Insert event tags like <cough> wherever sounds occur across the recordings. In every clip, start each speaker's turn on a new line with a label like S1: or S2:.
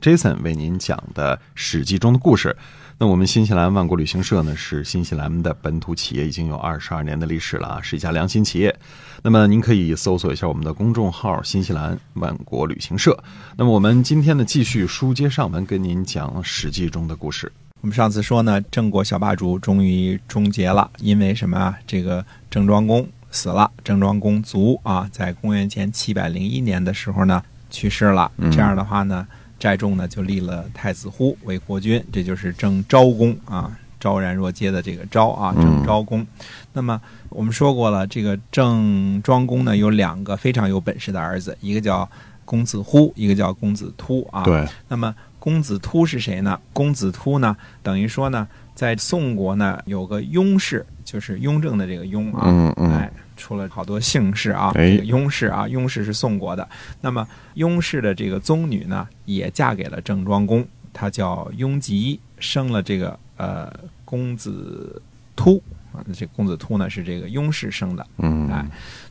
S1: Jason 为您讲的《史记》中的故事。那我们新西兰万国旅行社呢，是新西兰的本土企业，已经有二十二年的历史了啊，是一家良心企业。那么您可以搜索一下我们的公众号“新西兰万国旅行社”。那么我们今天呢，继续书接上文，跟您讲《史记》中的故事。
S2: 我们上次说呢，郑国小霸主终于终结了，因为什么啊？这个郑庄公死了，郑庄公卒啊，在公元前七百零一年的时候呢去世了。这样的话呢，寨众呢就立了太子乎为国君，这就是郑昭公啊，昭然若揭的这个昭啊，郑昭公。那么我们说过了，这个郑庄公呢有两个非常有本事的儿子，一个叫公子乎，一个叫公子突啊。
S1: 对，
S2: 那么公子突是谁呢？公子突呢，等于说呢，在宋国呢有个雍氏，就是雍正的这个雍啊，
S1: 嗯嗯，
S2: 哎，出了好多姓氏啊，
S1: 哎
S2: 这个雍氏啊，雍氏是宋国的。那么雍氏的这个宗女呢，也嫁给了郑庄公，她叫雍吉，生了这个呃公子突啊，这公子突呢是这个雍氏生的。
S1: 嗯
S2: 哎，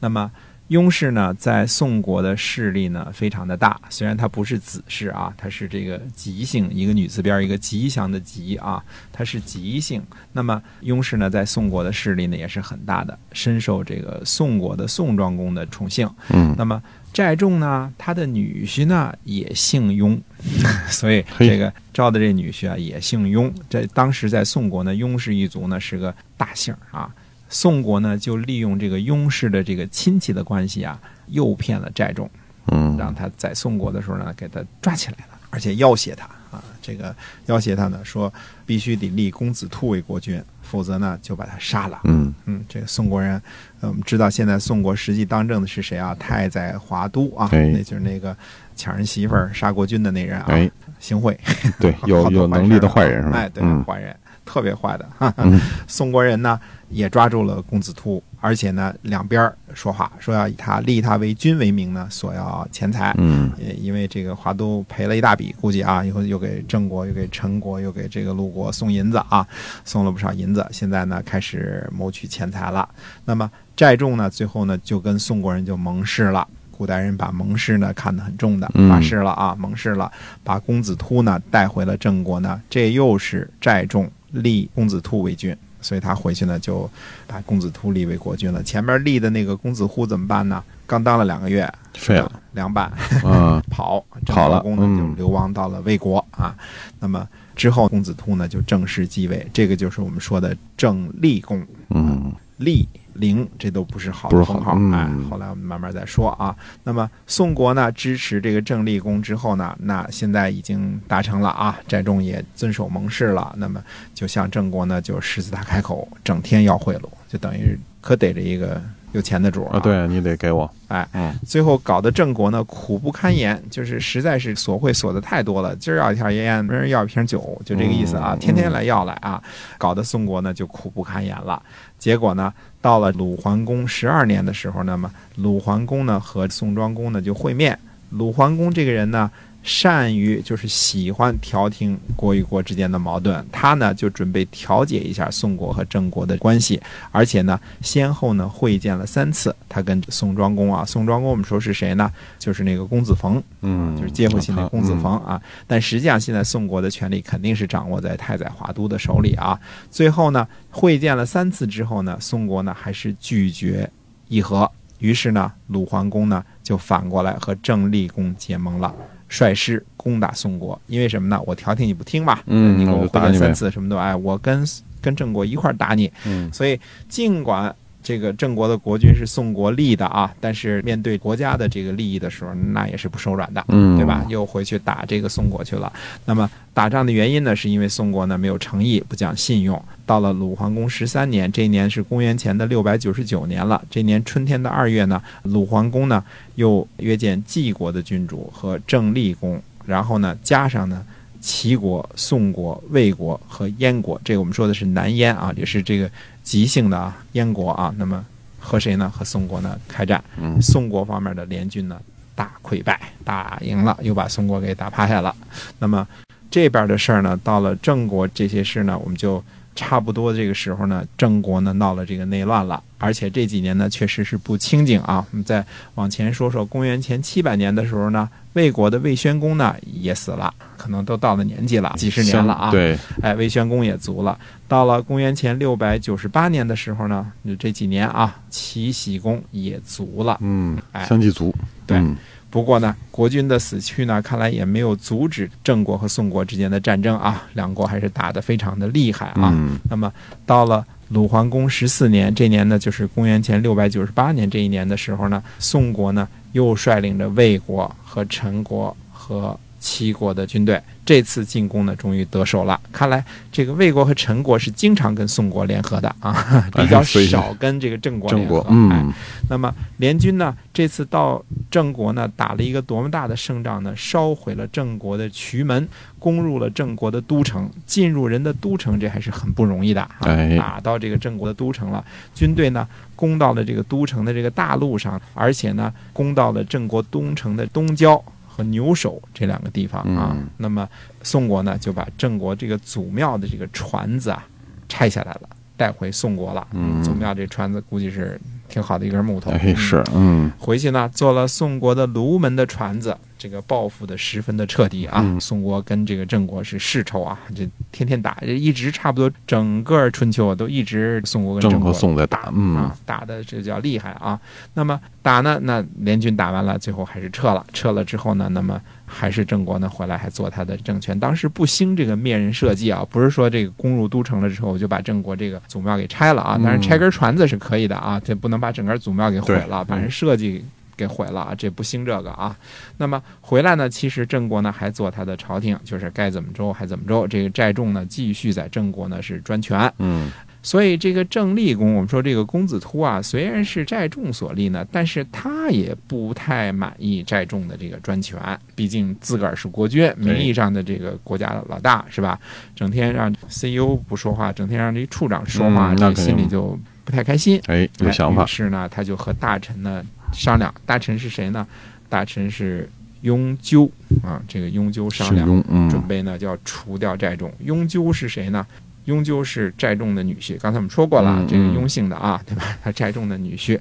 S2: 那么雍氏呢，在宋国的势力呢非常的大，虽然它不是子氏啊，它是这个吉姓，一个女字边儿一个吉祥的吉啊，它是吉姓。那么雍氏呢，在宋国的势力呢也是很大的，深受这个宋国的宋庄公的宠幸。
S1: 嗯，
S2: 那么寨众呢，他的女婿呢也姓雍， <laughs> 所以这个赵的这女婿啊也姓雍。在当时在宋国呢，雍氏一族呢是个大姓儿啊。宋国呢就利用这个雍氏的这个亲戚的关系啊，诱骗了寨众，
S1: 嗯
S2: 让他在宋国的时候呢给他抓起来了，而且要挟他啊，这个要挟他呢说必须得立公子突为国君，否则呢就把他杀了。
S1: 嗯
S2: 嗯，这个宋国人，呃我、们知道现在宋国实际当政的是谁啊？太宰华都啊，
S1: 哎
S2: 那就是那个抢人媳妇儿杀国君的那人啊，
S1: 哎，
S2: 行贿，
S1: 对，有
S2: <laughs> 好多
S1: 有
S2: 坏
S1: 能
S2: 事
S1: 力
S2: 儿
S1: 的
S2: 啊
S1: 坏人是吧？
S2: 哎，对，
S1: 嗯
S2: 坏人特别坏的。哈哈
S1: 嗯
S2: <laughs> 宋国人呢也抓住了公子突，而且呢两边儿说话，说要以他立他为君为名呢索要钱财。
S1: 嗯
S2: 也因为这个华都赔了一大笔，估计啊，以后又给郑国，又给陈国，又给这个鲁国送银子啊，送了不少银子。现在呢，开始谋取钱财了。那么寨众呢，最后呢，就跟宋国人就盟誓了。古代人把盟誓呢看得很重的，
S1: 嗯
S2: 发誓了啊，盟誓了，把公子突呢带回了郑国呢，这又是寨众立公子突为君。所以他回去呢，就把公子突立为国君了。前面立的那个公子忽怎么办呢？刚当了两个月，
S1: 废了，
S2: 凉拌，
S1: 啊，
S2: 跑，郑
S1: 跑了
S2: 昭公呢就
S1: 嗯
S2: 流亡到了魏国啊。那么之后，公子突呢就正式继位，这个就是我们说的郑厉公。
S1: 嗯
S2: 厉、陵，这都不是好
S1: 不
S2: 的
S1: 是好
S2: 封号。
S1: 嗯
S2: 哎，后来我们慢慢再说啊。那么宋国呢，支持这个郑立公之后呢，那现在已经达成了啊，翟仲也遵守盟誓了。那么就向郑国呢，就狮子大开口，整天要贿赂，就等于可逮着一个有钱的主儿
S1: 啊，对你得给我，
S2: 哎，
S1: 嗯
S2: 最后搞得郑国呢苦不堪言，就是实在是索贿索的太多了，今儿要一条烟，明儿要一瓶酒，就这个意思啊，
S1: 嗯
S2: 天天来要来啊，搞得宋国呢就苦不堪言了。结果呢，到了鲁桓公十二年的时候，那么鲁桓公呢和宋庄公呢就会面。鲁桓公这个人呢，善于就是喜欢调停国与国之间的矛盾，他呢就准备调解一下宋国和郑国的关系，而且呢，先后呢会见了三次。他跟宋庄公啊，宋庄公我们说是谁呢？就是那个公子冯，
S1: 嗯，
S2: 就是接回去那公子
S1: 嗯
S2: 冯啊。但实际上，现在宋国的权力肯定是掌握在太宰华都的手里啊。最后呢，会见了三次之后呢，宋国呢还是拒绝议和，于是呢，鲁桓公呢就反过来和郑厉公结盟了。率师攻打宋国，因为什么呢？我调停你不听嘛，
S1: 嗯
S2: 你给
S1: 我
S2: 我
S1: 就
S2: 会
S1: 打
S2: 见
S1: 你呗
S2: 三次什么的，哎，我跟跟郑国一块儿打你，
S1: 嗯
S2: 所以尽管这个郑国的国君是宋国立的啊，但是面对国家的这个利益的时候，那也是不手软的，
S1: 嗯
S2: 对吧？？又回去打这个宋国去了。那么打仗的原因呢，是因为宋国呢没有诚意，不讲信用。到了鲁桓公十三年，这一年是公元前的六百九十九年了。这年春天的二月呢，鲁桓公呢又约见晋国的君主和郑厉公，然后呢加上呢。齐国、宋国、魏国和燕国，这个我们说的是南燕啊，也是这个吉姓的啊，燕国啊。那么和谁呢？和宋国呢开战。
S1: 嗯
S2: 宋国方面的联军呢大溃败，打赢了，又把宋国给打趴下了。那么这边的事儿呢，到了郑国这些事呢，我们就差不多这个时候呢，郑国呢闹了这个内乱了，而且这几年呢确实是不清静啊。我们再往前说说，公元前七百年的时候呢，魏国的魏宣公呢也死了，可能都到了年纪了，几十年了啊。
S1: 相对，
S2: 哎，魏宣公也足了。到了公元前六百九十八年的时候呢，就这几年啊，齐僖公也足了。
S1: 嗯
S2: 哎，
S1: 相继足，
S2: 对
S1: 嗯
S2: 不过呢，国君的死去呢，看来也没有阻止郑国和宋国之间的战争啊，两国还是打得非常的厉害啊。
S1: 嗯
S2: 那么到了鲁桓公十四年，这年呢就是公元前六百九十八年这一年的时候呢，宋国呢又率领着魏国和陈国和齐国的军队，这次进攻呢终于得手了。看来这个魏国和陈国是经常跟宋国联合的
S1: <laughs>
S2: 啊，
S1: 哎
S2: 比较
S1: 所以
S2: 少跟这个郑国
S1: 郑
S2: 联合。
S1: 国，
S2: 哎
S1: 嗯
S2: 那么联军呢，这次到郑国呢，打了一个多么大的胜仗呢？烧毁了郑国的渠门，攻入了郑国的都城，进入人的都城，这还是很不容易的啊！
S1: 哎
S2: 打到这个郑国的都城了，军队呢攻到了这个都城的这个大路上，而且呢攻到了郑国东城的东郊。和牛首这两个地方啊，
S1: 嗯
S2: 那么宋国呢就把郑国这个祖庙的这个船子啊拆下来了，带回宋国了。
S1: 嗯
S2: 祖庙这船子估计是挺好的一根木头。
S1: 哎
S2: 嗯
S1: 是，嗯
S2: 回去呢，做了宋国的卢门的船子，这个报复的十分的彻底啊！
S1: 嗯
S2: 宋国跟这个郑国是世仇啊，这天天打，这一直差不多整个春秋啊，都一直宋国跟
S1: 郑
S2: 郑
S1: 和
S2: 国
S1: 宋在打，嗯
S2: 啊，打的这叫厉害啊。那么打呢，那联军打完了，最后还是撤了。撤了之后呢，那么还是郑国呢回来还做他的政权。当时不兴这个灭人社稷啊，不是说这个攻入都城了之后我就把郑国这个祖庙给拆了啊
S1: 嗯，
S2: 但是拆根船子是可以的啊，这不能把整个祖庙给毁了，
S1: 对嗯
S2: 把人社稷。给毁了啊！这不兴这个啊。那么回来呢，其实郑国呢还做他的朝廷，就是该怎么着还怎么着。这个寨众呢继续在郑国呢是专权。
S1: 嗯
S2: 所以这个郑立公，我们说这个公子突啊，虽然是寨众所立呢，但是他也不太满意寨众的这个专权，毕竟自个儿是国君，名义上的这个国家老大是吧？整天让 CEO 不说话，整天让这处长说话，
S1: 嗯那
S2: 这
S1: 肯定
S2: 心里就不太开心。
S1: 哎有想
S2: 哎
S1: 法
S2: 于，是呢，他就和大臣呢商量，大臣是谁呢？大臣是雍纠啊，这个雍纠商
S1: 是
S2: 量。
S1: 雍
S2: 准
S1: 嗯
S2: 备呢就要除掉寨众。雍纠是谁呢？雍纠是寨众的女婿，刚才我们说过了，
S1: 嗯
S2: 这个
S1: 嗯
S2: 雍姓的啊，对吧？他寨众的女婿，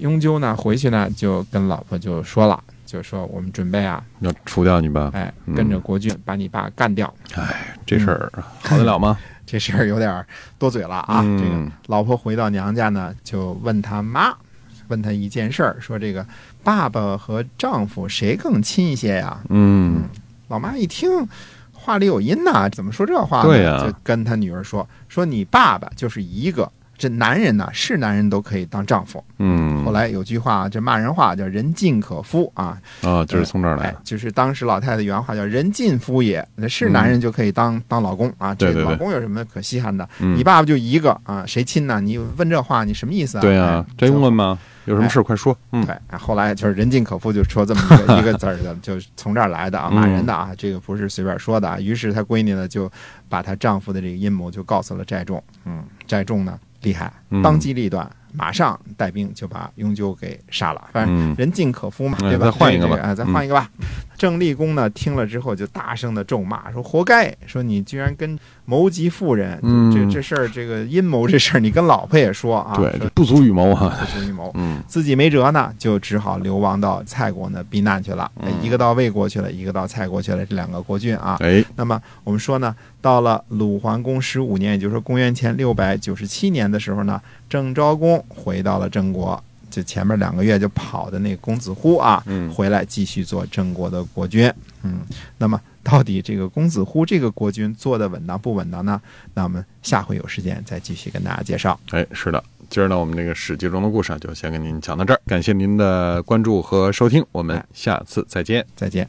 S2: 雍纠呢回去呢就跟老婆就说了，就说我们准备啊，
S1: 要除掉你吧，
S2: 哎
S1: 嗯，
S2: 跟着国君把你爸干掉。
S1: 这事儿啊好得了 <laughs> 吗？
S2: 这事儿有点儿多嘴了啊。
S1: 嗯
S2: 这个老婆回到娘家呢，就问她妈，问她一件事儿，说这个爸爸和丈夫谁更亲一些呀？
S1: 嗯
S2: 老妈一听，话里有音呐、怎么说这话呢？
S1: 对呀
S2: 就跟他女儿说说你爸爸就是一个。这男人呐，是男人都可以当丈夫。
S1: 嗯，
S2: 后来有句话，这骂人话叫“人尽可夫”啊，
S1: 啊就是从这儿来
S2: 哎
S1: 的，，
S2: 就是当时老太太原话叫“人尽夫也”，是男人就可以当、当老公啊。
S1: 嗯对对
S2: 这
S1: 对
S2: 老公有什么可稀罕的？
S1: 嗯
S2: 你爸爸就一个啊，谁亲呢？你问这话，你什么意思啊？
S1: 对
S2: 啊
S1: 啊，，真问吗？有什么事儿快说，嗯
S2: 对，后来就是人尽可夫，就说这么一
S1: <laughs>
S2: 个一个字儿的，就是从这儿来的啊，
S1: 嗯
S2: 骂人的啊，这个不是随便说的啊。于是她闺女呢，就把她丈夫的这个阴谋就告诉了寨众，嗯，寨众呢厉害
S1: 嗯，
S2: 当机立断，马上带兵就把雍纠给杀了。反正
S1: 嗯
S2: 人尽可夫嘛，
S1: 哎
S2: 对吧？
S1: 再换一个吧
S2: 这啊，再换一个吧。郑立公呢听了之后就大声的咒骂，说活该，说你居然跟谋及妇人，
S1: 嗯
S2: 这这事儿这个阴谋这事儿，你跟老婆也说啊，
S1: 对，
S2: 说
S1: 这不足与谋啊，
S2: 不足以谋。
S1: 嗯
S2: 自己没辙呢，就只好流亡到蔡国呢避难去了。
S1: 嗯
S2: 一个到魏国去了，一个到蔡国去了，这两个国君啊。
S1: 哎
S2: 那么我们说呢，到了鲁桓公十五年，也就是说公元前六百九十七年的时候呢，郑昭公回到了郑国，就前面两个月就跑的那公子忽啊，
S1: 嗯
S2: 回来继续做郑国的国君。嗯，那么到底这个公子忽这个国君做的稳当不稳当呢？那我们下回有时间再继续跟大家介绍。
S1: 哎，是的，今儿呢，我们这个《史记》中的故事啊，就先跟您讲到这儿，感谢您的关注和收听，我们
S2: 哎
S1: 下次再见。
S2: 再见。